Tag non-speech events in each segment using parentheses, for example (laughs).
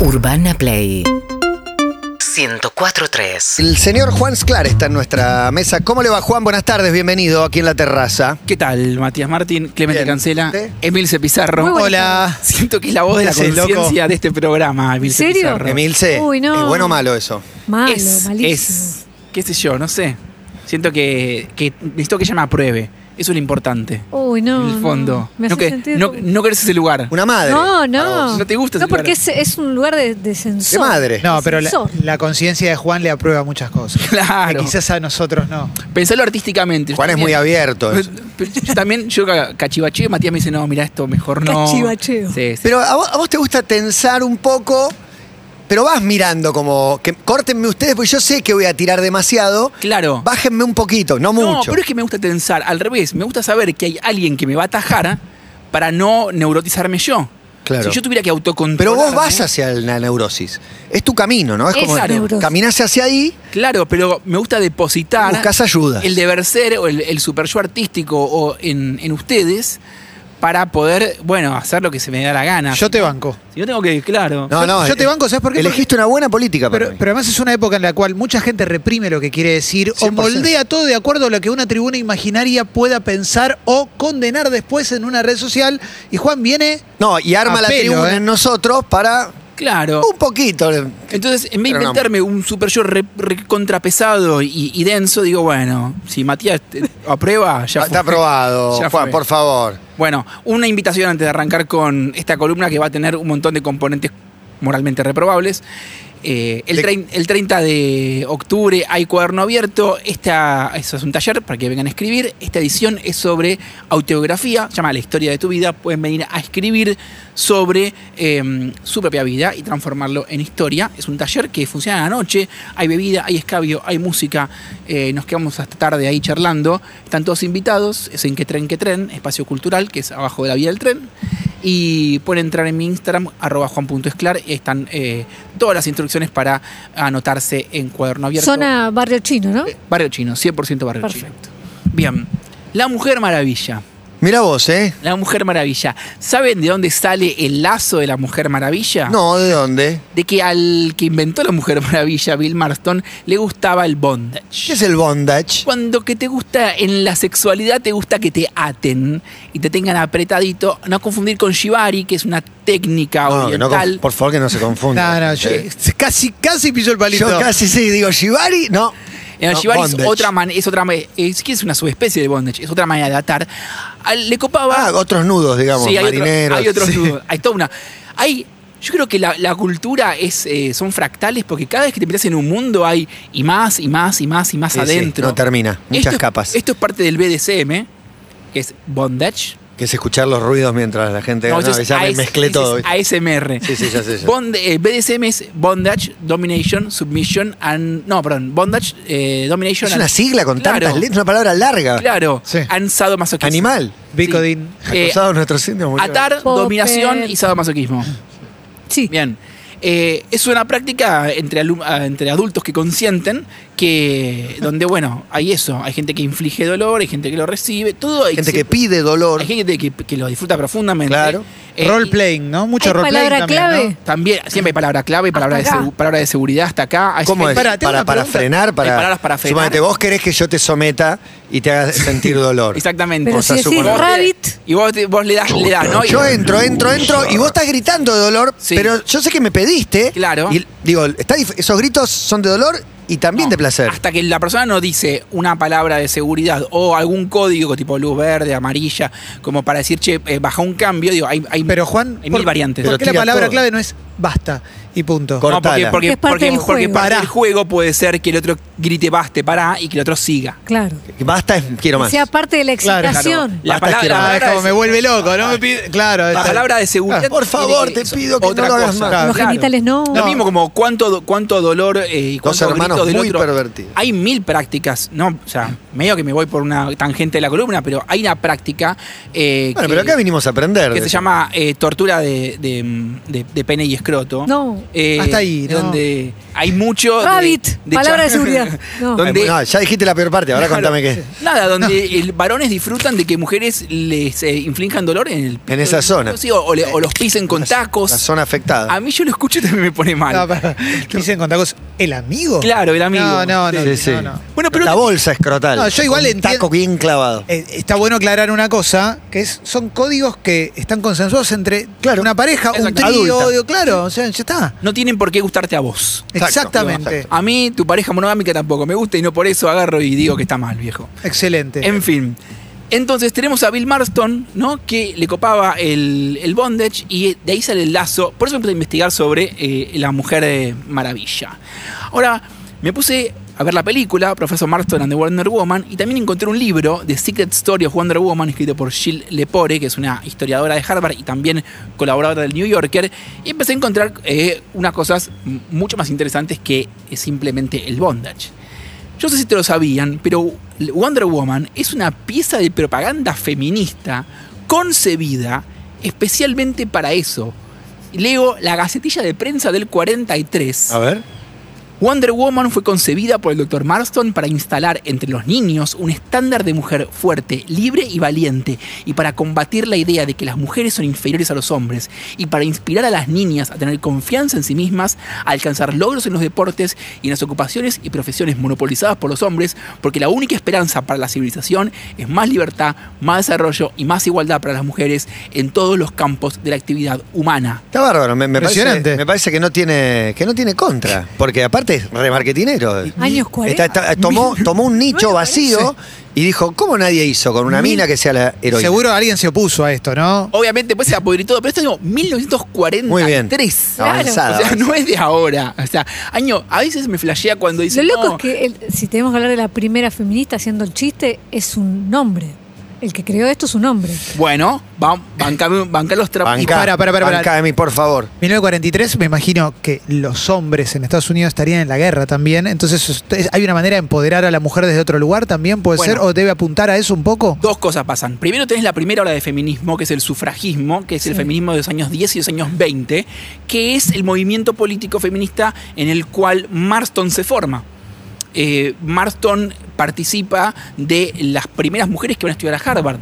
Urbana Play 104.3 El señor Juan Sclar está en nuestra mesa. ¿Cómo le va, Juan? Buenas tardes, bienvenido aquí en la terraza. ¿Qué tal, Matías Martín, Clemente Bien. Cancela, ¿Sí? Emilce Pizarro? Muy buenas Hola. Siento que es la voz de la ¿Qué haces, loco? conciencia de este programa, Emilce ¿Serio? Pizarro. Emilce. Uy, no. ¿Es bueno o malo eso? Malo, es, malísimo. es, qué sé yo, no sé. Siento que, que necesito que ella me apruebe. Eso es lo importante. Uy, no. en el fondo. no. Me No, hace que- sentir no, como- no querés ese lugar. (laughs) Una madre. no, a vos. no. No te gusta ese No, porque es, lugar. es un lugar de, de sensor. De madre. No, pero la, Sensor. la conciencia de Juan le aprueba muchas cosas. Claro. Que quizás a nosotros no. Pensalo artísticamente. Juan Yo es muy también- abierto. (laughs) Pero Yo también, yo ca- cachivacheo y Matías me dice, no, mira esto mejor no. Cachivacheo. Sí, sí. Pero a vos, a vos te gusta tensar un poco, pero vas mirando como que córtenme ustedes porque yo sé que voy a tirar demasiado. Claro. Bájenme un poquito, no No, mucho. pero es que me gusta tensar. Al revés, me gusta saber que hay alguien que me va a atajar para no neurotizarme yo. Claro. Si yo tuviera que Pero autocontrolar. vos vas hacia la neurosis. Es tu camino, ¿no? Es Es como la neurosis. caminás hacia ahí. Claro, pero me gusta depositar. Buscás ayuda. El deber ser o el, el super yo artístico o en, en ustedes para poder, bueno, hacer lo que se me da la gana. Ah, Yo te banco. Si yo tengo que, claro. No, Yo- no. eh, yo te banco, ¿sabes por qué? Elegiste una buena política para Pero, mí. pero además es una época en la cual mucha gente reprime lo que quiere decir o 100%. moldea todo de acuerdo a lo que una tribuna imaginaria pueda pensar o condenar después en una red social. Y Juan viene. No, y arma la Apelo, tribuna ¿eh? en nosotros para Claro. un poquito. eh, Entonces, en vez de Uh, Pero no. inventarme un super yo re- re- contrapesado y, y denso, digo, bueno, si Matías te- aprueba, ya fue. Ah, Está aprobado, Ya Juan, fue. por favor. Bueno, una invitación antes de arrancar con esta columna que va a tener un montón de componentes moralmente reprobables. Eh, el, De- trein- el 30 de octubre hay cuaderno abierto. Esta, eso es un taller para que vengan a escribir. Esta edición es sobre autobiografía, se llama La historia de tu vida. Pueden venir a escribir sobre eh, su propia vida y transformarlo en historia. Es un taller que funciona a la noche. Hay bebida, hay escabio, hay música. Eh, nos quedamos hasta tarde ahí charlando. Están todos invitados. Es en Que Tren, Que Tren, espacio cultural, que es abajo de la vía del tren. Y pueden entrar en mi Instagram, arroba juan.esclar, y ahí están eh, todas las instrucciones para anotarse en cuaderno abierto. Eh, Zona barrio chino, ¿no? Barrio chino, 100% barrio Perfecto. chino. Bien, La Mujer Maravilla. Mira vos, ¿eh? La Mujer Maravilla. ¿Saben de dónde sale el lazo de la Mujer Maravilla? No, ¿de dónde? De que al que inventó la Mujer Maravilla, Bill Marston, le gustaba el bondage. ¿Qué es el bondage? Cuando que te gusta en la sexualidad te gusta que te aten y te tengan apretadito, no confundir con shibari, que es una técnica No, que no Ah, oriental. conf- por favor que no se confunda. No, no, yo- Eh, (laughs) casi, casi pisó el palito. yo casi sí, digo, Shibari, no. El No, shibari es bondage. otra man- es otra ma- es que es una subespecie de bondage, es otra manera de atar. Al- Le copaba Ah, otros nudos, digamos, Sí, hay otro- marineros. hay otros sí. nudos. Hay toda una. Hay. Yo creo que la, la cultura es, eh, son fractales porque cada vez que te metes en un mundo hay y más, y más, y más, y más Sí, sí, adentro. no termina, muchas Esto es- capas. Esto es parte del BDSM, que es Bondage. Que es escuchar los ruidos mientras la gente... No, eso es ya me AS mezclé ese todo. es ASMR. Sí, sí, ya sé. ya. Bond- eh, BDSM es Bondage, Domination, Submission, and. No, perdón. Bondage, eh, Domination. Es una and- sigla con Claro. tantas letras, una palabra larga. Claro. Sí. And sadomasochism. Animal. Bicodin. Eh, Acusados nuestros indios murieron. Atar, Popper. dominación y sadomasoquismo. Sí. Bien. Eh, es una práctica entre, alum- ah, entre adultos que consienten, que donde, bueno, hay eso. Hay gente que inflige dolor, hay gente que lo recibe, todo. Hay Gente que pide dolor. Hay gente que, que lo disfruta profundamente. Claro. eh, y- Roleplaying, ¿no? Mucho Hay roleplaying palabra también, clave. ¿no? También, siempre hay palabra clave, palabra, de, Hasta acá. segu- palabra de seguridad hasta acá. Hay ¿Cómo es? siempre- Para, Pará, tengo para, una pregunta. frenar, para. Hay palabras para frenar. Sumate, vos querés que yo te someta y te haga sentir dolor. Exactamente. Pero Cosa si decís super- rabbit, Y vos, te- vos le das, le das, ¿no? Y- Yo entro, entro, entro y vos estás gritando de dolor, Sí. pero yo sé que me pediste. Claro. Y digo, está dif- esos gritos son de dolor y también No, de placer. Hasta que la persona no dice una palabra de seguridad o algún código tipo luz verde, amarilla, como para decir, che, eh, baja un cambio, digo, hay, hay- Pero Juan. hay mil ¿por- variantes. Pero ¿Por qué la tira palabra todo. clave no es basta y punto? Cor- No, porque, cortala. porque, Es parte porque- del porque juego. para Pará. el juego puede ser que el otro grite baste, pará, y que el otro siga. claro. Basta, es- quiero Que más. sea parte de la Claro, claro. excitación. La Basta, palabra, quiero la más. Ah, es palabra como de- me vuelve loco, ¿no? Me pide- claro. La es- palabra de seguridad. Ah, por tiene favor, que- te pido que otra no lo hagas cosa. más. Los genitales no. Lo mismo como cuánto, do- cuánto dolor eh, y cuánto hermanos grito del muy otro. pervertidos. Hay mil prácticas, no, o sea, medio que me voy por una tangente de la columna, pero hay una práctica eh, Bueno, que, pero acá vinimos a aprender. que se llama eh, tortura de, de- de- de pene y escroto. No. Eh, Hasta ahí, no. Donde hay mucho. de- Rabbit, palabra de charla- (laughs) seguridad. No. donde- No, Ah, ya dijiste la peor parte, ahora contame qué. Nada, donde el- varones disfrutan de que mujeres les eh, inflijan dolor en el En esa zona. Sí, o, o le- o los pisen con tacos. La zona afectada. A mí yo lo escucho y también me pone mal. No, pero- dicen con tacos, ¿el amigo? Claro, el amigo. No, no, no. Sí, sí. no, no. Bueno, pero la bolsa escrotal. No, yo igual con entiendo- Taco bien clavado. Eh, está bueno aclarar una cosa, que es, son códigos que están consensuados entre Claro. una pareja, un Exacto. trío, Adulta. digo, claro, o sea, ya está. no tienen por qué gustarte a vos. Exacto. Exactamente. Exacto. A mí tu pareja monogámica tampoco me gusta y no por eso agarro y digo que está mal, viejo. Excelente. En fin. Entonces tenemos a Bill Marston, ¿no? Que le copaba el, el bondage y de ahí sale el lazo. Por eso me puse a investigar sobre eh, la mujer de maravilla. Ahora, me puse a ver la película, Profesor Marston and the Wonder Woman, y también encontré un libro, The Secret Story of Wonder Woman, escrito por Jill Lepore, que es una historiadora de Harvard y también colaboradora del New Yorker, y empecé a encontrar eh, unas cosas m- mucho más interesantes que eh, simplemente el bondage. Yo no sé si te lo sabían, pero Wonder Woman es una pieza de propaganda feminista concebida especialmente para eso. Leo la Gacetilla de Prensa del 43. A ver. Wonder Woman fue concebida por el Dr. Marston para instalar entre los niños un estándar de mujer fuerte, libre y valiente, y para combatir la idea de que las mujeres son inferiores a los hombres, y para inspirar a las niñas a tener confianza en sí mismas, a alcanzar logros en los deportes y en las ocupaciones y profesiones monopolizadas por los hombres, porque la única esperanza para la civilización es más libertad, más desarrollo y más igualdad para las mujeres en todos los campos de la actividad humana. Está bárbaro, me, me Impresionante. parece, me parece que no tiene que no tiene contra, porque aparte es remarquetinero. Años 40. Está- está- (laughs) tomó, tomó un nicho vacío y dijo, ¿cómo nadie hizo con una Mil- mina que sea la heroína? Seguro alguien se opuso a esto, ¿no? Obviamente, pues se apoderó y todo, pero esto es como 1943. Muy bien. Claro. Avanzada. O sea, no es de ahora. O sea, año, a veces me flashea cuando dice. Lo loco "No". es que el- si tenemos que hablar de la primera feminista haciendo el chiste, es un nombre. El que creó esto es un hombre. Bueno, van, bancame- banca los trapos. Bancá, Para, para, para, para. bancá de mí, por favor. 1943, me imagino que los hombres en Estados Unidos estarían en la guerra también. Entonces, ¿ustedes- ¿hay una manera de empoderar a la mujer desde otro lugar también? ¿Puede Bueno. ser? ¿O debe apuntar a eso un poco? Dos cosas pasan. Primero tenés la primera ola de feminismo, que es el sufragismo, que es el feminismo de los años 10 y los años 20, que es el movimiento político feminista en el cual Marston se forma. Eh, Marston participa de las primeras mujeres que van a estudiar a Harvard.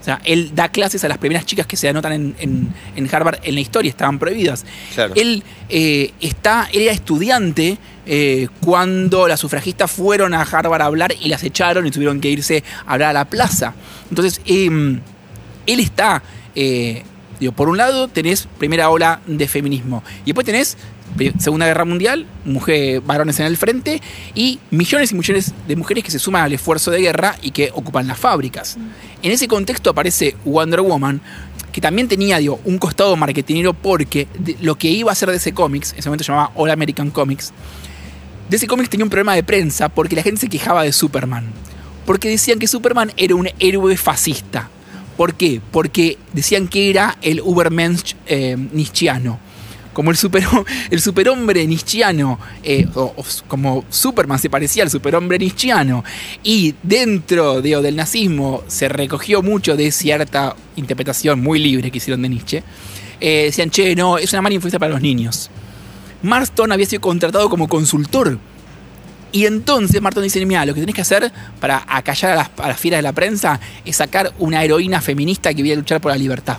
O sea, él da clases a las primeras chicas que se anotan en, en- en Harvard en la historia, estaban prohibidas. Claro. Él, eh, está, él era estudiante eh, cuando las sufragistas fueron a Harvard a hablar y las echaron y tuvieron que irse a hablar a la plaza. Entonces, em, él está, eh, digo, por un lado tenés primera ola de feminismo y después tenés pri- Segunda Guerra Mundial, mujer, varones en el frente y millones y millones de mujeres que se suman al esfuerzo de guerra y que ocupan las fábricas. En ese contexto aparece Wonder Woman, que también tenía digo, un costado marketinero porque de- lo que iba a hacer de ese cómics, en ese momento se llamaba All American Comics, de ese cómic tenía un problema de prensa porque la gente se quejaba de Superman. Porque decían que Superman era un héroe fascista. ¿Por qué? Porque decían que era el Ubermensch eh, nietzscheano. Como el, super, (laughs) el superhombre nietzscheano, eh, o, o s- como Superman se parecía al superhombre nietzscheano, y dentro de- del nazismo se recogió mucho de cierta interpretación muy libre que hicieron de Nietzsche, eh, decían, che, no, es una mala influencia para los niños. Marston había sido contratado como consultor. Y entonces Marston dice, mira, lo que tenés que hacer para acallar a las, a las fieras de la prensa es sacar una heroína feminista que viene a luchar por la libertad.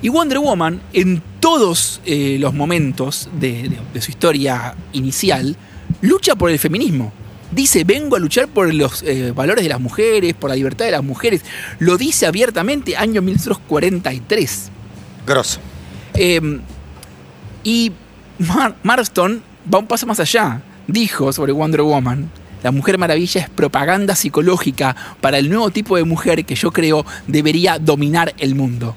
Y Wonder Woman, en todos eh, los momentos de, de- de su historia inicial, lucha por el feminismo. Dice, vengo a luchar por los eh, valores de las mujeres, por la libertad de las mujeres. Lo dice abiertamente, año 1943. Grosso. Eh, y Mar- Marston va un paso más allá. Dijo sobre Wonder Woman, la Mujer Maravilla es propaganda psicológica para el nuevo tipo de mujer que yo creo debería dominar el mundo.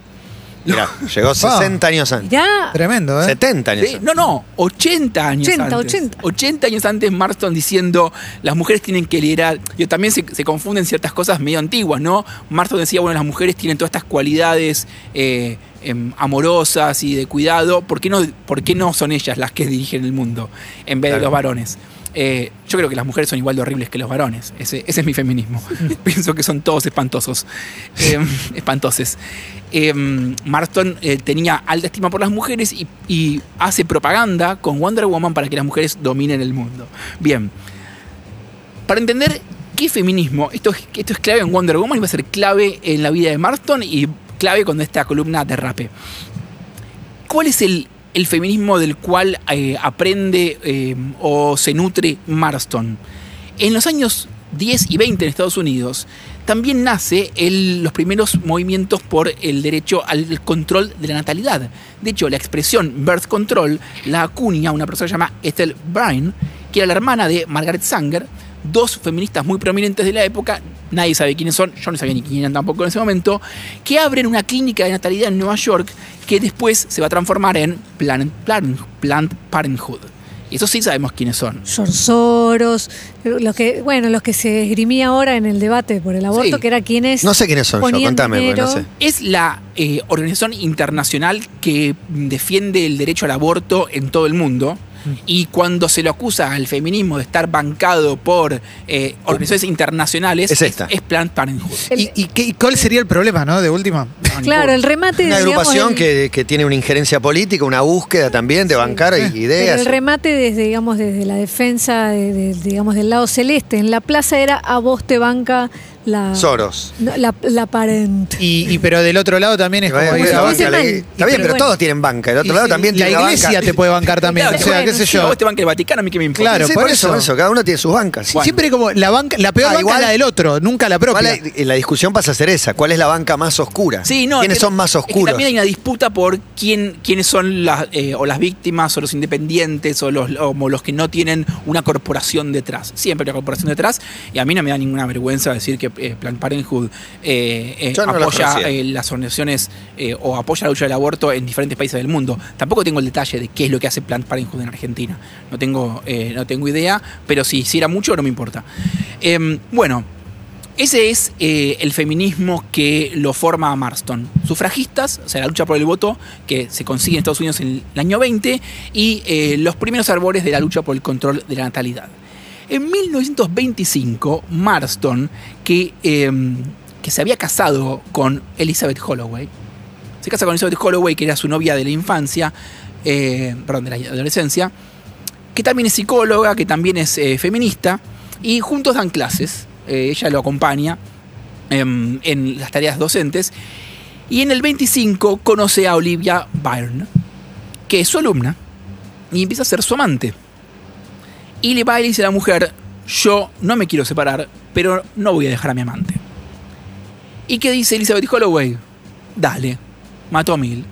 Mirá, Ah. llegó 60 años antes. Mirá, Tremendo, ¿eh? 70 años Sí, antes. No, no, 80 años 80, antes. 80. 80 años antes Marston diciendo las mujeres tienen que liderar. Yo también se, se confunden ciertas cosas medio antiguas, ¿no? Marston decía, bueno, las mujeres tienen todas estas cualidades eh, em, amorosas y de cuidado, ¿por qué, no, por qué no son ellas las que dirigen el mundo en vez de Claro. los varones? Eh, yo creo que las mujeres son igual de horribles que los varones. Ese, ese es mi feminismo. (laughs) Pienso que son todos espantosos. Em, espantoses. Em, Marston eh, tenía alta estima por las mujeres y, y hace propaganda con Wonder Woman para que las mujeres dominen el mundo. Bien. Para entender qué feminismo, esto, es- esto es clave en Wonder Woman y va a ser clave en la vida de Marston y clave cuando esta columna derrape. ¿Cuál es el, el feminismo del cual eh, aprende eh, o se nutre Marston? En los años 10 y 20 en Estados Unidos también nace el- los primeros movimientos por el derecho al control de la natalidad. De hecho, la expresión birth control la acuña una persona llamada Ethel Bryan, que era la hermana de Margaret Sanger, dos feministas muy prominentes de la época, nadie sabe quiénes son, yo no sabía ni quién eran tampoco en ese momento, que abren una clínica de natalidad en Nueva York que después se va a transformar en Planned, Planned- Planned Parenthood. Y eso sí sabemos quiénes son. George Soros, los que, bueno, los que se esgrimía ahora en el debate por el aborto, Sí. que era quienes No sé quiénes son yo, ponían contame, porque dinero. no sé. Es la eh, organización internacional que defiende el derecho al aborto en todo el mundo. Y cuando se lo acusa al feminismo de estar bancado por eh, organizaciones internacionales, Es esta. Planned Parenthood. El- ¿Y, y qué- y cuál sería el problema, no? De última. No, ninguno. Claro, el remate Una digamos, agrupación del- que, que tiene una injerencia política, una búsqueda también de bancar i- Pero ideas. el remate desde, digamos, desde la defensa de- de- digamos, del lado celeste en la plaza era a vos te banca la, Soros. no, la, la parent. Y, y- pero del otro lado (laughs) también es Está bien, como. Bueno, pero si la fuese banca, la- mal. Está Y bien, pero pero bueno. todos tienen banca. El otro y- lado y también la tiene una iglesia banca. te puede bancar también. Claro, o sea, bueno, qué sé sí. A yo. vos te banca el Vaticano, a mí que me importa. Claro, Sí, por por eso, eso. por eso. Cada uno tiene sus bancas. Bueno. Siempre como la banca, la peor Ah, banca igual- es la del otro, nunca la propia. ¿Cuál es- y la discusión pasa a ser esa. ¿Cuál es la banca más oscura? Sí, no, ¿Quiénes es que- son más es que oscuros? también hay una disputa por quién, quiénes son las, eh, o las víctimas, o los independientes, o los, o los que no tienen una corporación detrás. Siempre una corporación detrás. Y a mí no me da ninguna vergüenza decir que eh, Planned Parenthood eh, eh, Yo no la apoya conocía. eh, las organizaciones eh, o apoya la lucha del aborto en diferentes países del mundo. Tampoco tengo el detalle de qué es lo que hace Planned Parenthood en Argentina. No tengo, eh, no tengo idea, pero si hiciera mucho no me importa. Em, bueno, ese es eh, el feminismo que lo forma a Marston. Sufragistas, o sea, la lucha por el voto que se consigue en Estados Unidos en el año 20 y eh, los primeros arbores de la lucha por el control de la natalidad. En 1925, Marston, que, eh, que se había casado con Elizabeth Holloway, se casa con Elizabeth Holloway, que era su novia de la infancia, eh, perdón, de la adolescencia, que también es psicóloga, que también es eh, feminista, y juntos dan clases. Eh, ella lo acompaña em, en las tareas docentes. Y en el 25 conoce a Olivia Byrne, que es su alumna, y empieza a ser su amante. Y le va y le dice a la mujer, yo no me quiero separar, pero no voy a dejar a mi amante. ¿Y qué dice Elizabeth Holloway? Dale, mató a Mil.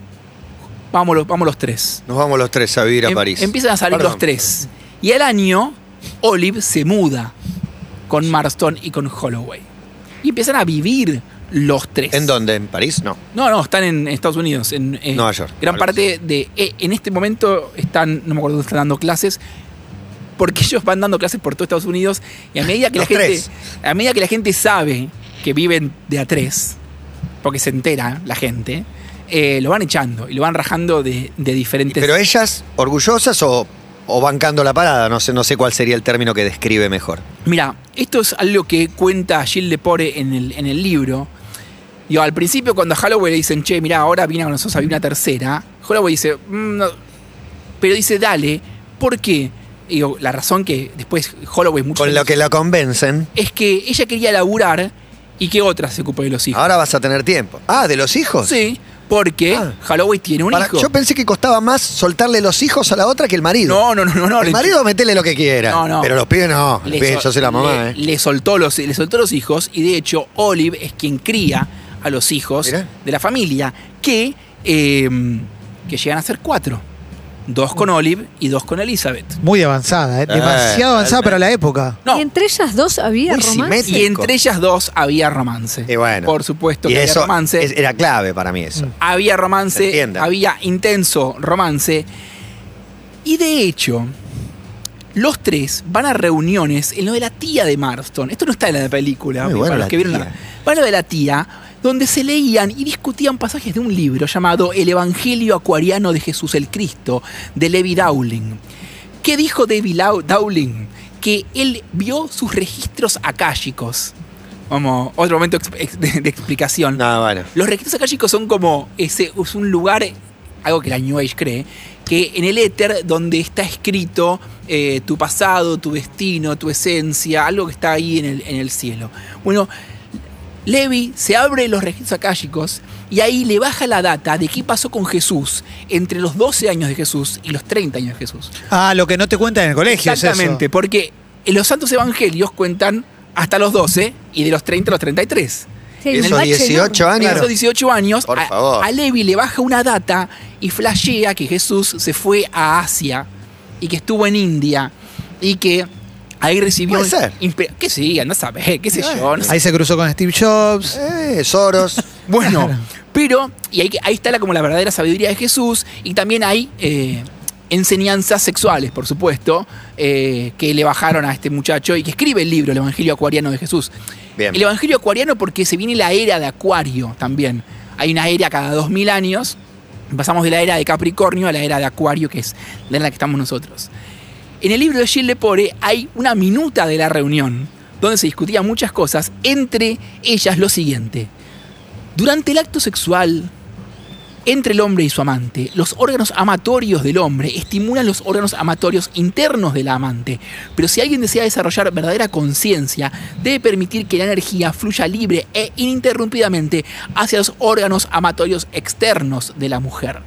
Vamos los, vamos los tres. Nos vamos los tres a vivir a Em- París. Empiezan a salir Perdón. los tres. Y al año, Olive se muda con Marston y con Holloway. Y empiezan a vivir los tres. ¿En dónde? ¿En París? No. No, no, están en Estados Unidos, en eh, Nueva York. Gran parte de. eh, en este momento están, no me acuerdo dónde están dando clases, porque (laughs) ellos van dando clases por todo Estados Unidos y a medida que la Los gente. tres. A medida que la gente sabe que viven de a tres, porque se entera la gente, eh, lo van echando y lo van rajando de, de diferentes. Pero ellas, orgullosas o, o bancando la parada, no sé, no sé cuál sería el término que describe mejor. Mira, esto es algo que cuenta Gilles Lepore en el, en el libro. Digo, al principio cuando a Holloway le dicen, che, mira, ahora viene con nosotros a vivir una tercera, Holloway dice, "Mm, no". pero dice, dale, ¿por qué? Digo, la razón que después Holloway mucho Con lo que la convencen, es que ella quería laburar y que otra se ocupe de los hijos. ahora vas a tener tiempo. Ah, ¿de los hijos? Sí, porque Ah. Holloway tiene un Para- hijo. yo pensé que costaba más soltarle los hijos a la otra que el marido. No, no, no, no, no. el le- marido metele lo que quiera. No, no. Pero los pibes no. Los pibes, sol- yo soy la mamá, le- ¿eh? le soltó los, le soltó los hijos y de hecho Olive es quien cría a los hijos Mirá. de la familia que, eh, que llegan a ser cuatro. Dos con Olive y dos con Elizabeth. Muy avanzada, ¿eh? demasiado avanzada para la época. No, Y entre ellas dos había Muy romance. simétrico. y entre ellas dos había romance. Y bueno. Por supuesto Y que eso había romance. Mm. es- era clave para mí eso. había Se romance, entiende. había intenso romance. Y de hecho, los tres van a reuniones en lo de la tía de Marston. Esto no está en la película, Muy para bueno, los la que vieron tía. la- Van a lo de la tía, donde se leían y discutían pasajes de un libro llamado El Evangelio Acuariano de Jesús el Cristo, de Levi Dowling. ¿Qué dijo David Lau- Dowling? Que él vio sus registros akáshicos. Vamos, otro momento ex- ex- de, de explicación. Nada, bueno. Los registros akáshicos son como ese, es un lugar, algo que la New Age cree, que en el éter donde está escrito eh, tu pasado, tu destino, tu esencia, algo que está ahí en el, en el cielo. Bueno, Levi se abre los registros akáshicos y ahí le baja la data de qué pasó con Jesús entre los 12 años de Jesús y los 30 años de Jesús. Ah, lo que no te cuentan en el colegio. es eso. Exactamente, porque en los santos evangelios cuentan hasta los 12 y de los 30 a los 33. Sí, hay un Esos bache, ¿no? 18 En años. esos 18 años, Ah, Por a, favor. a Levi le baja una data y flashea que Jesús se fue a Asia y que estuvo en India y que ahí recibió. Puede ser. inspi- ¿Qué sí? Anda a saber, qué sé yo. no sé. Ahí se cruzó con Steve Jobs. Eh, (laughs) Soros. Bueno, pero, y ahí, ahí está la, como la verdadera sabiduría de Jesús, y también hay eh, enseñanzas sexuales, por supuesto, eh, que le bajaron a este muchacho y que escribe el libro, el Evangelio Acuariano de Jesús. Bien. El Evangelio Acuariano porque se viene la era de Acuario también. Hay una era cada dos mil años, pasamos de la era de Capricornio a la era de Acuario, que es la en la que estamos nosotros. En el libro de Gilles Lepore hay una minuta de la reunión, donde se discutían muchas cosas, entre ellas lo siguiente. Durante el acto sexual entre el hombre y su amante, los órganos amatorios del hombre estimulan los órganos amatorios internos de la amante. Pero si alguien desea desarrollar verdadera conciencia, debe permitir que la energía fluya libre e ininterrumpidamente hacia los órganos amatorios externos de la mujer.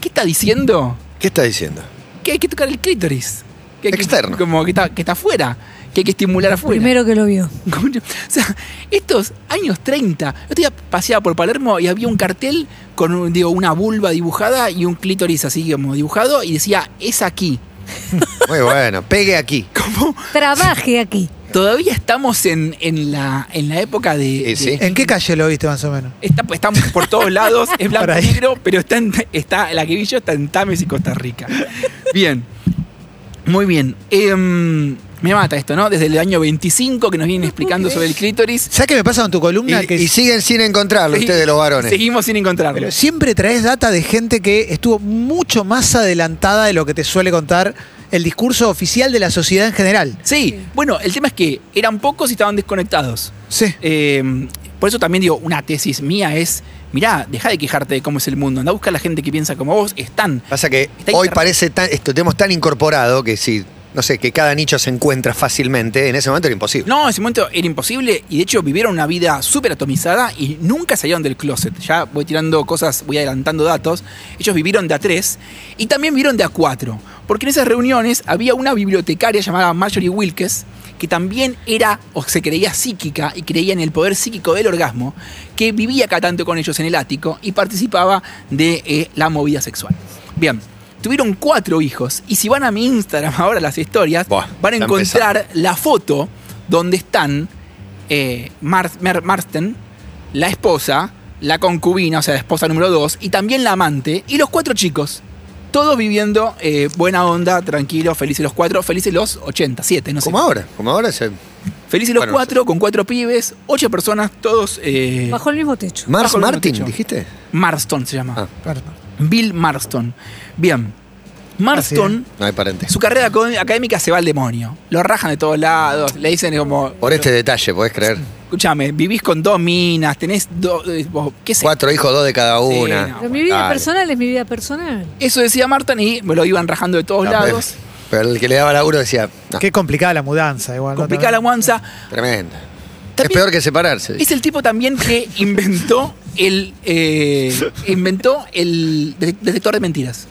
¿Qué está diciendo? ¿Qué está diciendo? Que hay que tocar el clítoris. Que hay que- Externo. como que está, que está afuera. Que hay que estimular afuera. Primero que lo vio. Como yo- O sea, estos años 30. Yo día paseaba por Palermo y había un cartel con un- digo, una vulva dibujada y un clítoris así como dibujado y decía, es aquí. Muy bueno. Pegue aquí. Trabaje (laughs) aquí. Todavía estamos en, en la, en la época de... Y Eh, sí. de- (laughs) ¿En qué calle lo viste más o menos? está, estamos (laughs) por todos lados, es blanco Por y ahí. negro, pero está, en- está la que vi yo está en Tames y Costa Rica. Bien. Muy bien. Em, me mata esto, ¿no? Desde el año 25 que nos vienen explicando sobre el clítoris. ¿Sabes qué me pasa con tu columna? Y, que y siguen sin encontrarlo ustedes, los varones. Seguimos sin encontrarlo. Pero siempre traes data de gente que estuvo mucho más adelantada de lo que te suele contar el discurso oficial de la sociedad en general. Sí, bueno, el tema es que eran pocos y estaban desconectados. Sí. Eh, por eso también digo, una tesis mía es, mirá, deja de quejarte de cómo es el mundo, anda a buscar a la gente que piensa como vos, están. Pasa que Está hoy internet. parece tan, esto tenemos tan incorporado que si, no sé, que cada nicho se encuentra fácilmente, en ese momento era imposible. No, en ese momento era imposible y de hecho vivieron una vida súper atomizada y nunca salieron del closet. Ya voy tirando cosas, voy adelantando datos. Ellos vivieron de A3 y también vivieron de A4. Porque en esas reuniones había una bibliotecaria llamada Marjorie Wilkes que también era o se creía psíquica y creía en el poder psíquico del orgasmo, que vivía acá tanto con ellos en el ático y participaba de eh, la movida sexual. Bien, tuvieron cuatro hijos y si van a mi Instagram (laughs) ahora las historias, Buah, van a está encontrar la foto donde están eh, Mar- Mer- Marston, la esposa, la concubina, o sea, la esposa número dos, y también la amante, y los cuatro chicos. Todos viviendo eh, buena onda, tranquilos, felices los cuatro, felices los 87, no sé. Como ahora, como ahora se- Felices los Bueno, cuatro, con cuatro pibes, ocho personas, todos... eh, Bajo el mismo techo. Mars Bajo el mismo Martin, techo. dijiste. Marston se llama. Ah. Bill Marston. Bien. Marston, No hay paréntesis. su carrera acad- académica se va al demonio. Lo rajan de todos lados, le dicen como... Por este detalle, podés creer. Escúchame, vivís con dos minas, tenés dos... eh, vos, ¿Qué sé? Cuatro hijos, dos de cada una. no. Pero mi vida Dale. personal es mi vida personal. Eso decía Marston y me lo iban rajando de todos No, pero- lados. Pero el que le daba laburo decía, no, Qué complicada la mudanza, igual. ¿no? Complicada la mudanza. tremenda. Es También- peor que separarse. Es el tipo también que inventó el eh, inventó el de- detector de mentiras.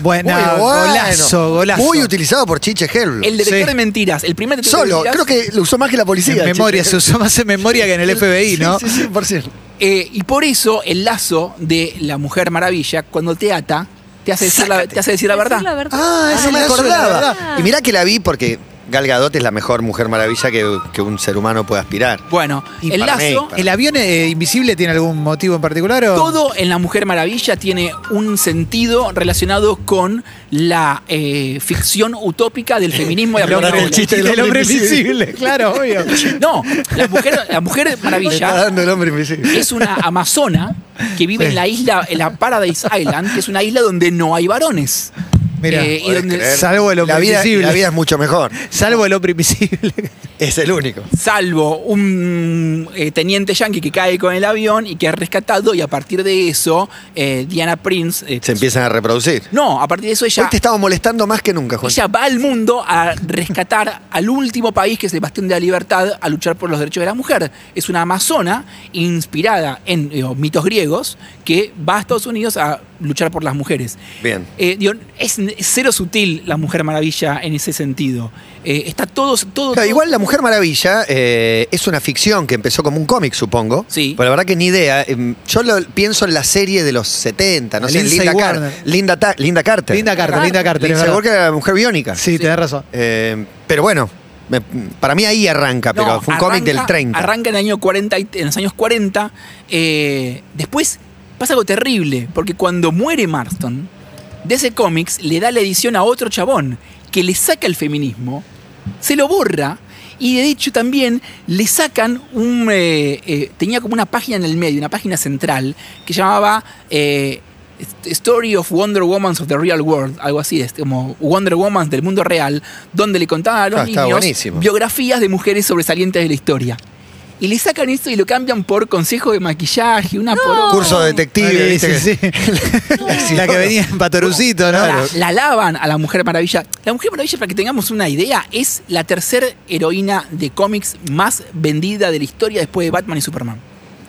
Bueno, Muy bueno. golazo, golazo. Muy utilizado por Chiche Helbl. El detector Sí. de mentiras, el primer detector Solo, de mentiras. creo que lo usó más que la policía. En memoria, se Chiche usó más en memoria que en el FBI, ¿no? Sí, sí, sí, por cierto. Eh, y por eso el lazo de la Mujer Maravilla, cuando te ata, te hace decir, la, te hace decir la Decir verdad. la verdad. Ah, Ah, ese no me lazo de la acordaba. verdad. Y mirá que la vi porque Gal Gadot es la mejor mujer maravilla que, que un ser humano puede aspirar. Bueno, Y el para mí, lazo, para- ¿El avión eh, invisible tiene algún motivo en particular? O? todo en La Mujer Maravilla tiene un sentido relacionado con la eh, ficción utópica del (laughs) feminismo y El hombre- el chiste del El hombre hombre invisible, (laughs) claro, obvio. No, la mujer, la mujer Me (laughs) está maravilla dando el hombre invisible. es una amazona que vive en la isla, en la Paradise Island, que es una isla donde no hay varones. Mira, Eh, y ¿podés donde- creer? Salvo el hombre la vida, invisible. La vida es mucho mejor. Salvo el hombre invisible. Es el único. Salvo un eh, teniente yankee que cae con el avión y que es rescatado, y a partir de eso, eh, Diana Prince. eh, Se empiezan a reproducir. No, a partir de eso ella. Hoy te estamos molestando más que nunca, Juan. Ella va al mundo a rescatar al último país que es el bastión de la libertad a luchar por los derechos de la mujer. Es una amazona inspirada en eh, mitos griegos que va a Estados Unidos a luchar por las mujeres. Bien. Eh, digo, es n- cero sutil la Mujer Maravilla en ese sentido. Eh, está todo, todo, Claro, todo- igual La Mujer Maravilla eh, es una ficción que empezó como un cómic, supongo. Sí. Pero la verdad que ni idea. Em, Yo lo pienso en la serie de los 70, no sé, Lindsay Linda, Car- Warner. Linda, Ta- Linda Carter. Linda Carter, linda Carter. es Lindsay verdad. Warner era la mujer biónica. Sí, tenés razón. Eh, pero bueno, me- para mí ahí arranca, pero No, fue un cómic del arranca- 30. Arranca en, el año 40, y- en los años 40. eh, después pasa algo terrible, porque cuando muere Marston, de ese cómics le da la edición a otro chabón que le saca el feminismo, se lo borra. Y de hecho también le sacan un... eh, eh, tenía como una página en el medio, una página central, que llamaba eh, Story of Wonder Woman of the Real World, algo así, es como Wonder Woman del mundo real, donde le contaban a los Ah, está niños buenísimo. biografías de mujeres sobresalientes de la historia. Y le sacan eso y lo cambian por consejo de maquillaje, una por Curso de detective, Sí, ¿viste? sí, sí. (laughs) la que venía en Patorucito, ¿no? La, la lavan a la Mujer Maravilla. La Mujer Maravilla, para que tengamos una idea, es la tercera heroína de cómics más vendida de la historia después de Batman y Superman.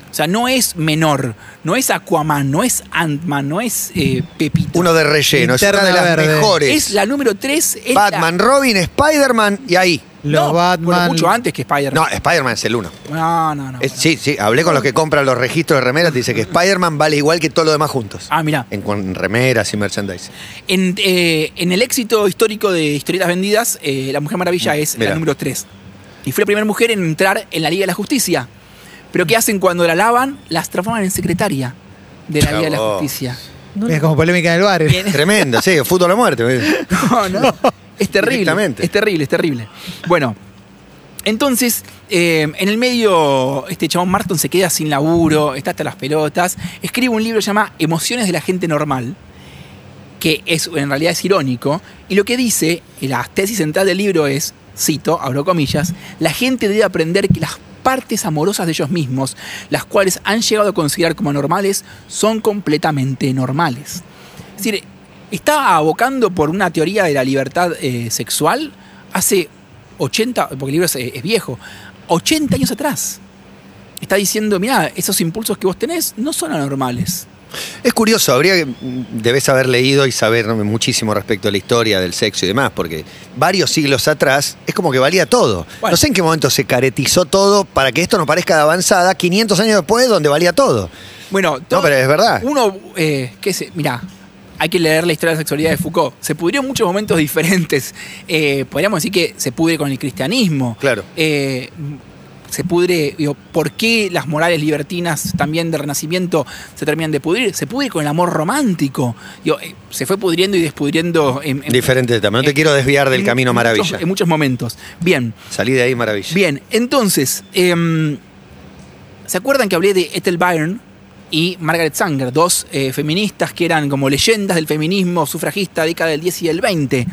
O sea, no es menor, no es Aquaman, no es Ant-Man, no es eh, Pepito. Uno de relleno, es una Linterna de las Verde. mejores. es la número 3. Batman, Robin, Spider-Man y ahí. Los Batman. mucho antes que Spider-Man. No, Spider-Man es el uno. No, no, no. Es- Eh, sí, sí, hablé con los que compran los registros de remeras, dice que Spider-Man vale igual que todo lo demás juntos. Ah, mirá. En, cuan- en remeras y merchandising. En, eh, en el éxito histórico de historietas vendidas, eh, la Mujer Maravilla es Mirá. la número 3. Y fue la primera mujer en entrar en la Liga de la Justicia. Pero ¿qué hacen cuando la lavan? Las transforman en secretaria de la Liga de la Chabón. Justicia. No, Es como polémica en el bar. Bien. Tremendo, sí, fútbol a muerte. No, no. Es terrible. Directamente. Es terrible, es terrible. Bueno, entonces, eh, en el medio, este chabón Marton se queda sin laburo, está hasta las pelotas, escribe un libro que se llama Emociones de la gente normal, que es, en realidad es irónico, y lo que dice, y la tesis central del libro es, cito, abro comillas, la gente debe aprender que las partes amorosas de ellos mismos, las cuales han llegado a considerar como normales, son completamente normales. Es decir, está abocando por una teoría de la libertad eh, sexual hace 80, porque el libro es, eh, es viejo, 80 años atrás. Está diciendo, mira, esos impulsos que vos tenés no son anormales. Es curioso, habría que- debes haber leído y saber muchísimo respecto a la historia del sexo y demás, porque varios siglos atrás es como que valía todo. Bueno. No sé en qué momento se caretizó todo para que esto no parezca de avanzada, 500 años después donde valía todo. Bueno, todo- pero es verdad. Uno, eh, qué sé, mira, hay que leer la historia de la sexualidad de Foucault. Se pudrió en muchos momentos diferentes. Eh, podríamos decir que se pudre con el cristianismo. Claro. Eh, se pudre, digo, ¿por qué las morales libertinas también del Renacimiento se terminan de pudrir? Se pudre con el amor romántico. Digo, eh, se fue pudriendo y despudriendo en, en- Diferente también, no te en- quiero desviar del Eh, en camino muchos- maravilla. En muchos momentos. Bien. Salí de ahí maravilla. Bien, entonces, em, ¿se acuerdan que hablé de Ethel Byrne y Margaret Sanger, dos eh, feministas que eran como leyendas del feminismo sufragista década del 10 y del 20?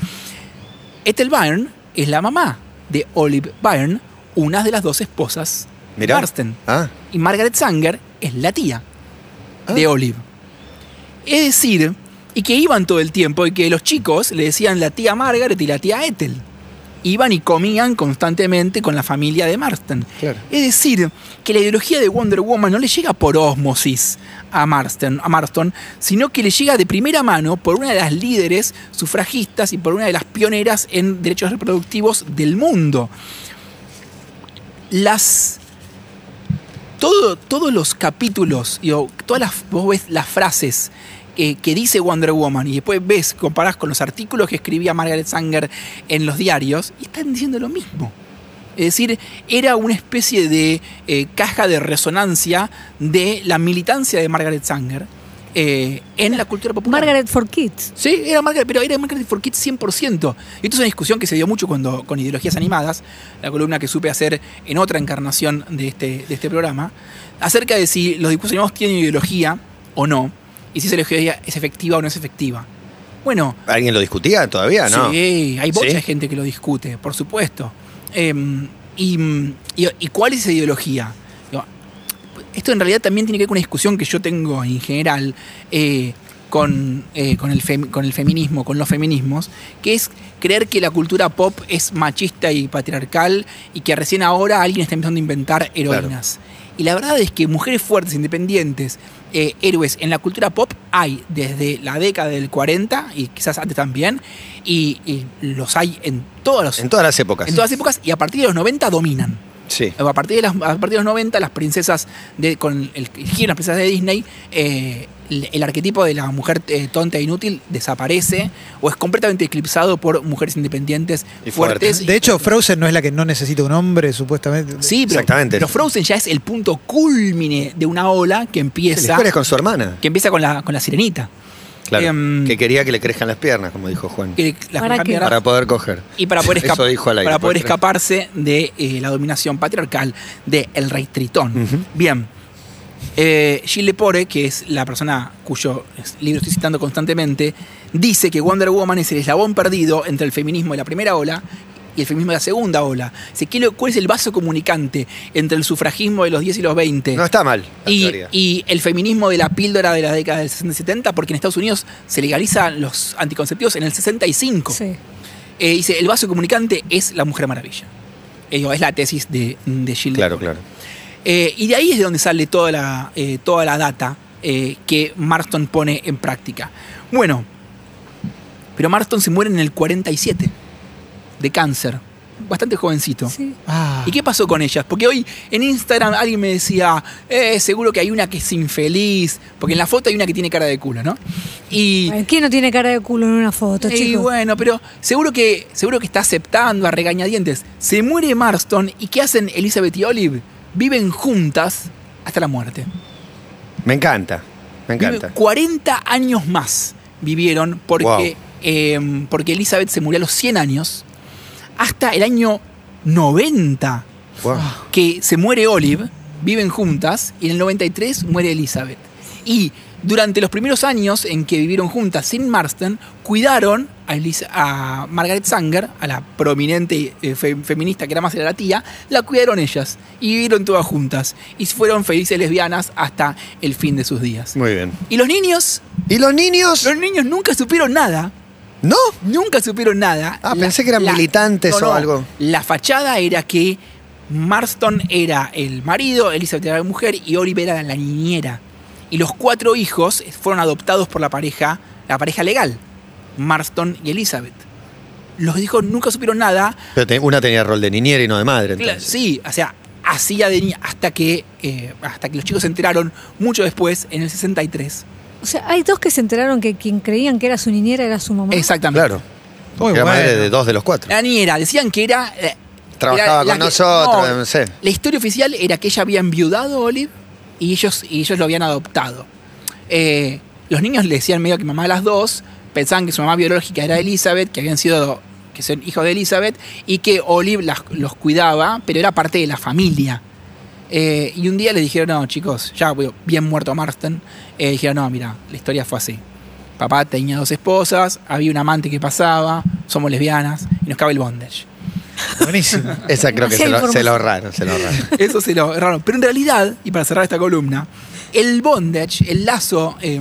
Ethel Byrne es la mamá de Olive Byrne, una de las dos esposas de Mirá. Marston. Ah, Y Margaret Sanger es la tía de Olive. Es decir, y que iban todo el tiempo y que los chicos le decían la tía Margaret y la tía Ethel. Iban y comían constantemente con la familia de Marston. Claro. Es decir, que la ideología de Wonder Woman no le llega por ósmosis a Marston, a Marston, sino que le llega de primera mano por una de las líderes sufragistas y por una de las pioneras en derechos reproductivos del mundo. Las todo, todos los capítulos, digo, todas las, vos ves las frases eh, que, que dice Wonder Woman y después ves, comparás con los artículos que escribía Margaret Sanger en los diarios y están diciendo lo mismo. Es decir, era una especie de eh, caja de resonancia de la militancia de Margaret Sanger eh, en la cultura popular. Margaret for Kids. Sí, era Margaret, pero era Margaret for Kids 100%. Y esto es una discusión que se dio mucho cuando, con ideologías animadas, la columna que supe hacer en otra encarnación de este, de este programa, acerca de si los dibujos animados tienen ideología o no, y si esa ideología es efectiva o no es efectiva. Bueno, ¿Alguien lo discutía todavía, no? Sí, hay mucha ¿Sí? gente que lo discute, por supuesto. Eh, y, y- y cuál es esa ideología? Digo, Esto en realidad también tiene que ver con una discusión que yo tengo en general eh, con, eh, con, el fem- con el feminismo, con los feminismos, que es creer que la cultura pop es machista y patriarcal y que recién ahora alguien está empezando a inventar heroínas. Y la verdad es que mujeres fuertes, independientes, eh, héroes en la cultura pop hay desde la década del 40 y quizás antes también, y, y los hay en todos los En todas las épocas. en todas las épocas y a partir de los 90 dominan. sí. A partir de, las- a partir de los 90, las princesas, de, con el el giro de las princesas de Disney, eh, el, el arquetipo de la mujer eh, tonta e inútil desaparece o es completamente eclipsado por mujeres independientes Y fuertes. fuertes. De hecho, Frozen no es la que no necesita un hombre, supuestamente. sí, pero, Exactamente. pero Frozen ya es el punto culmine de una ola que La empieza, historia es con su hermana. que empieza con, la, con la sirenita. Claro. Em, que quería que le crezcan las piernas, como dijo Juan. que la ¿Para qué? cambiará- Para poder coger. y para poder, (laughs) escap- Eso dijo al aire, para poder por ejemplo. escaparse de eh, la dominación patriarcal del el rey Tritón. Ujú. Bien. Eh, Gilles Lepore, que es la persona cuyo libro estoy citando constantemente, dice que Wonder Woman es el eslabón perdido entre el feminismo de la primera ola y el feminismo de la segunda ola. Dice, ¿qué lo- ¿Cuál es el vaso comunicante entre el sufragismo de los 10 y los 20? No está mal. la y, teoría. y el feminismo de la píldora de la década del 60 y 70, porque en Estados Unidos se legalizan los anticonceptivos en el 65. Sí. Eh, dice, el vaso comunicante es la Mujer Maravilla. Eh, digo, es la tesis de, de Gilles claro, Lepore. claro. Eh, y de ahí es de donde sale toda la, eh, toda la data eh, que Marston pone en práctica. Bueno, pero Marston se muere en el 47 de cáncer. Bastante jovencito. sí. Ah. ¿Y qué pasó con ellas? Porque hoy en Instagram alguien me decía, eh, seguro que hay una que es infeliz, porque en la foto hay una que tiene cara de culo, ¿no? Y, Ay, ¿Quién no tiene cara de culo en una foto, y chicos? bueno, pero seguro que, seguro que está aceptando a regañadientes. Se muere Marston y ¿qué hacen Elizabeth y Olive? Viven juntas hasta la muerte. Me encanta. Me Viven encanta. 40 años más vivieron porque, Wow. eh, porque Elizabeth se murió a los 100 años hasta el año 90 Wow. que se muere Olive, viven juntas, y en el 93 muere Elizabeth. Y durante los primeros años en que vivieron juntas sin Marston, cuidaron a, Elis- a Margaret Sanger, a la prominente eh, fe- feminista que era más era la tía, la cuidaron ellas y vivieron todas juntas. Y fueron felices lesbianas hasta el fin de sus días. Muy bien. Y los niños, ¿Y los niños? los niños nunca supieron nada ¿No? Nunca supieron nada. Ah, pensé que eran militantes o algo. La fachada era que Marston era el marido, Elizabeth era la mujer y Olive era la niñera. Y los cuatro hijos fueron adoptados por la pareja, la pareja legal, Marston y Elizabeth. Los hijos nunca supieron nada. Pero te- una tenía rol de niñera y no de madre, entonces. Sí, o sea, hacía de niña hasta que, eh, hasta que los chicos se enteraron mucho después, en el 63. O sea, hay dos que se enteraron que quien creían que era su niñera era su mamá. Exactamente. Claro. Muy era oh, bueno. madre de dos de los cuatro. La niñera, decían que era... eh, Trabajaba era la con que- nosotros, no, no, sé. La historia oficial era que ella había enviudado a Olive y ellos, y ellos lo habían adoptado. Eh, los niños le decían medio que mamá de las dos, pensaban que su mamá biológica era Elizabeth, que habían sido que son hijos de Elizabeth, y que Olive las- los cuidaba, pero era parte de la familia. Eh, y un día les dijeron, no, chicos, ya bueno, bien muerto Marston, eh, dijeron, no, mira, la historia fue así. Papá tenía dos esposas, había un amante que pasaba, somos lesbianas, y nos cabe el bondage. Buenísimo. Esa creo que Esa se lo, se información. lo ahorraron, se lo ahorraron. (laughs) Eso se lo erraron. Pero en realidad, y para cerrar esta columna, el bondage, el lazo eh,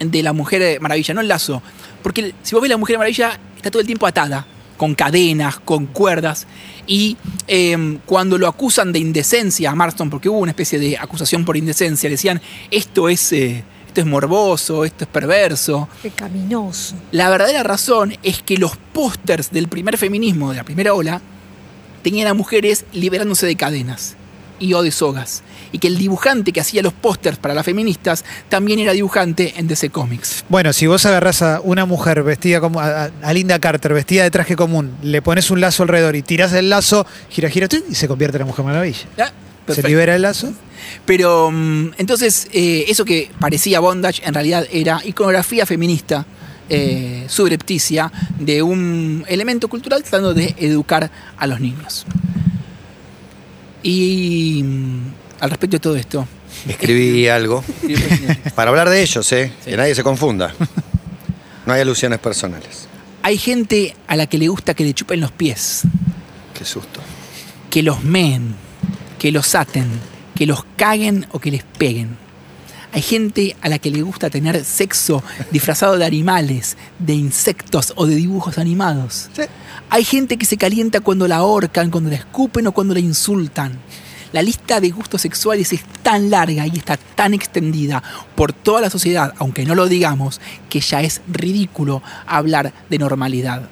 de la Mujer Maravilla, no el lazo. Porque el- si vos ves la Mujer Maravilla, está todo el tiempo atada, con cadenas, con cuerdas. Y eh, cuando lo acusan de indecencia a Marston, porque hubo una especie de acusación por indecencia, le decían, esto es, eh, esto es morboso, esto es perverso. Pecaminoso. La verdadera razón es que los pósters del primer feminismo, de la primera ola, tenían a mujeres liberándose de cadenas. y O de Sogas, y que el dibujante que hacía los pósters para las feministas también era dibujante en DC Comics. (laughs) Bueno, si vos agarrás a una mujer vestida como a, a- a Linda Carter, vestida de traje común, le pones un lazo alrededor y tirás el lazo, gira, gira, tuit, y se convierte en la Mujer Maravilla. Ah, Se libera el lazo. Pero mm, entonces, eh, eso que parecía bondage en realidad era iconografía feminista eh, subrepticia de un elemento cultural tratando de educar a los niños. Y mm, al respecto de todo esto, Escribí algo para hablar de ellos, ¿eh? Que nadie se confunda. No hay alusiones personales. (laughs) hay gente a la que le gusta que le chupen los pies, Qué susto. que los meen, que los aten, que los caguen o que les peguen. Hay gente a la que le gusta tener sexo disfrazado de animales, de insectos o de dibujos animados. Hay gente que se calienta cuando la ahorcan, cuando la escupen o cuando la insultan. La lista de gustos sexuales es tan larga y está tan extendida por toda la sociedad, aunque no lo digamos, que ya es ridículo hablar de normalidad.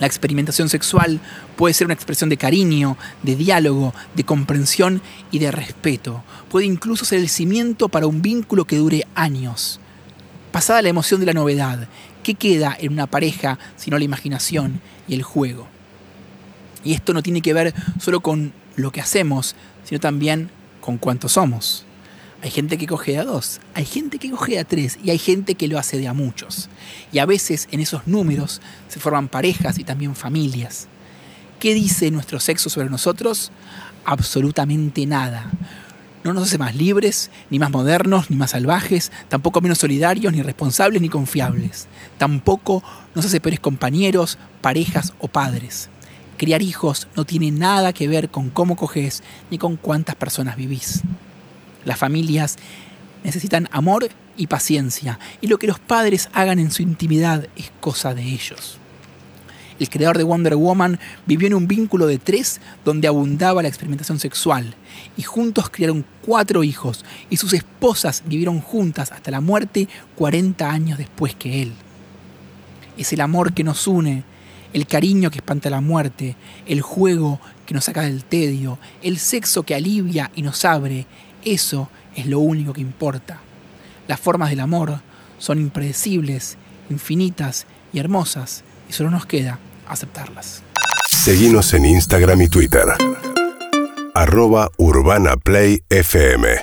La experimentación sexual puede ser una expresión de cariño, de diálogo, de comprensión y de respeto. Puede incluso ser el cimiento para un vínculo que dure años. Pasada la emoción de la novedad, ¿qué queda en una pareja sino la imaginación y el juego? Y esto no tiene que ver solo con lo que hacemos, sino también con cuánto somos. Hay gente que coge de a dos, hay gente que coge de a tres y hay gente que lo hace de a muchos. Y a veces en esos números se forman parejas y también familias. ¿Qué dice nuestro sexo sobre nosotros? Absolutamente nada. No nos hace más libres, ni más modernos, ni más salvajes, tampoco menos solidarios, ni responsables, ni confiables. Tampoco nos hace peores compañeros, parejas o padres. Criar hijos no tiene nada que ver con cómo coges ni con cuántas personas vivís. Las familias necesitan amor y paciencia, y lo que los padres hagan en su intimidad es cosa de ellos. El creador de Wonder Woman vivió en un vínculo de tres donde abundaba la experimentación sexual, y juntos criaron cuatro hijos, y sus esposas vivieron juntas hasta la muerte 40 años después que él. Es el amor que nos une, el cariño que espanta la muerte, el juego que nos saca del tedio, el sexo que alivia y nos abre, eso es lo único que importa. Las formas del amor son impredecibles, infinitas y hermosas, y solo nos queda aceptarlas. Seguimos en Instagram y Twitter. Arroba Urbana Play FM.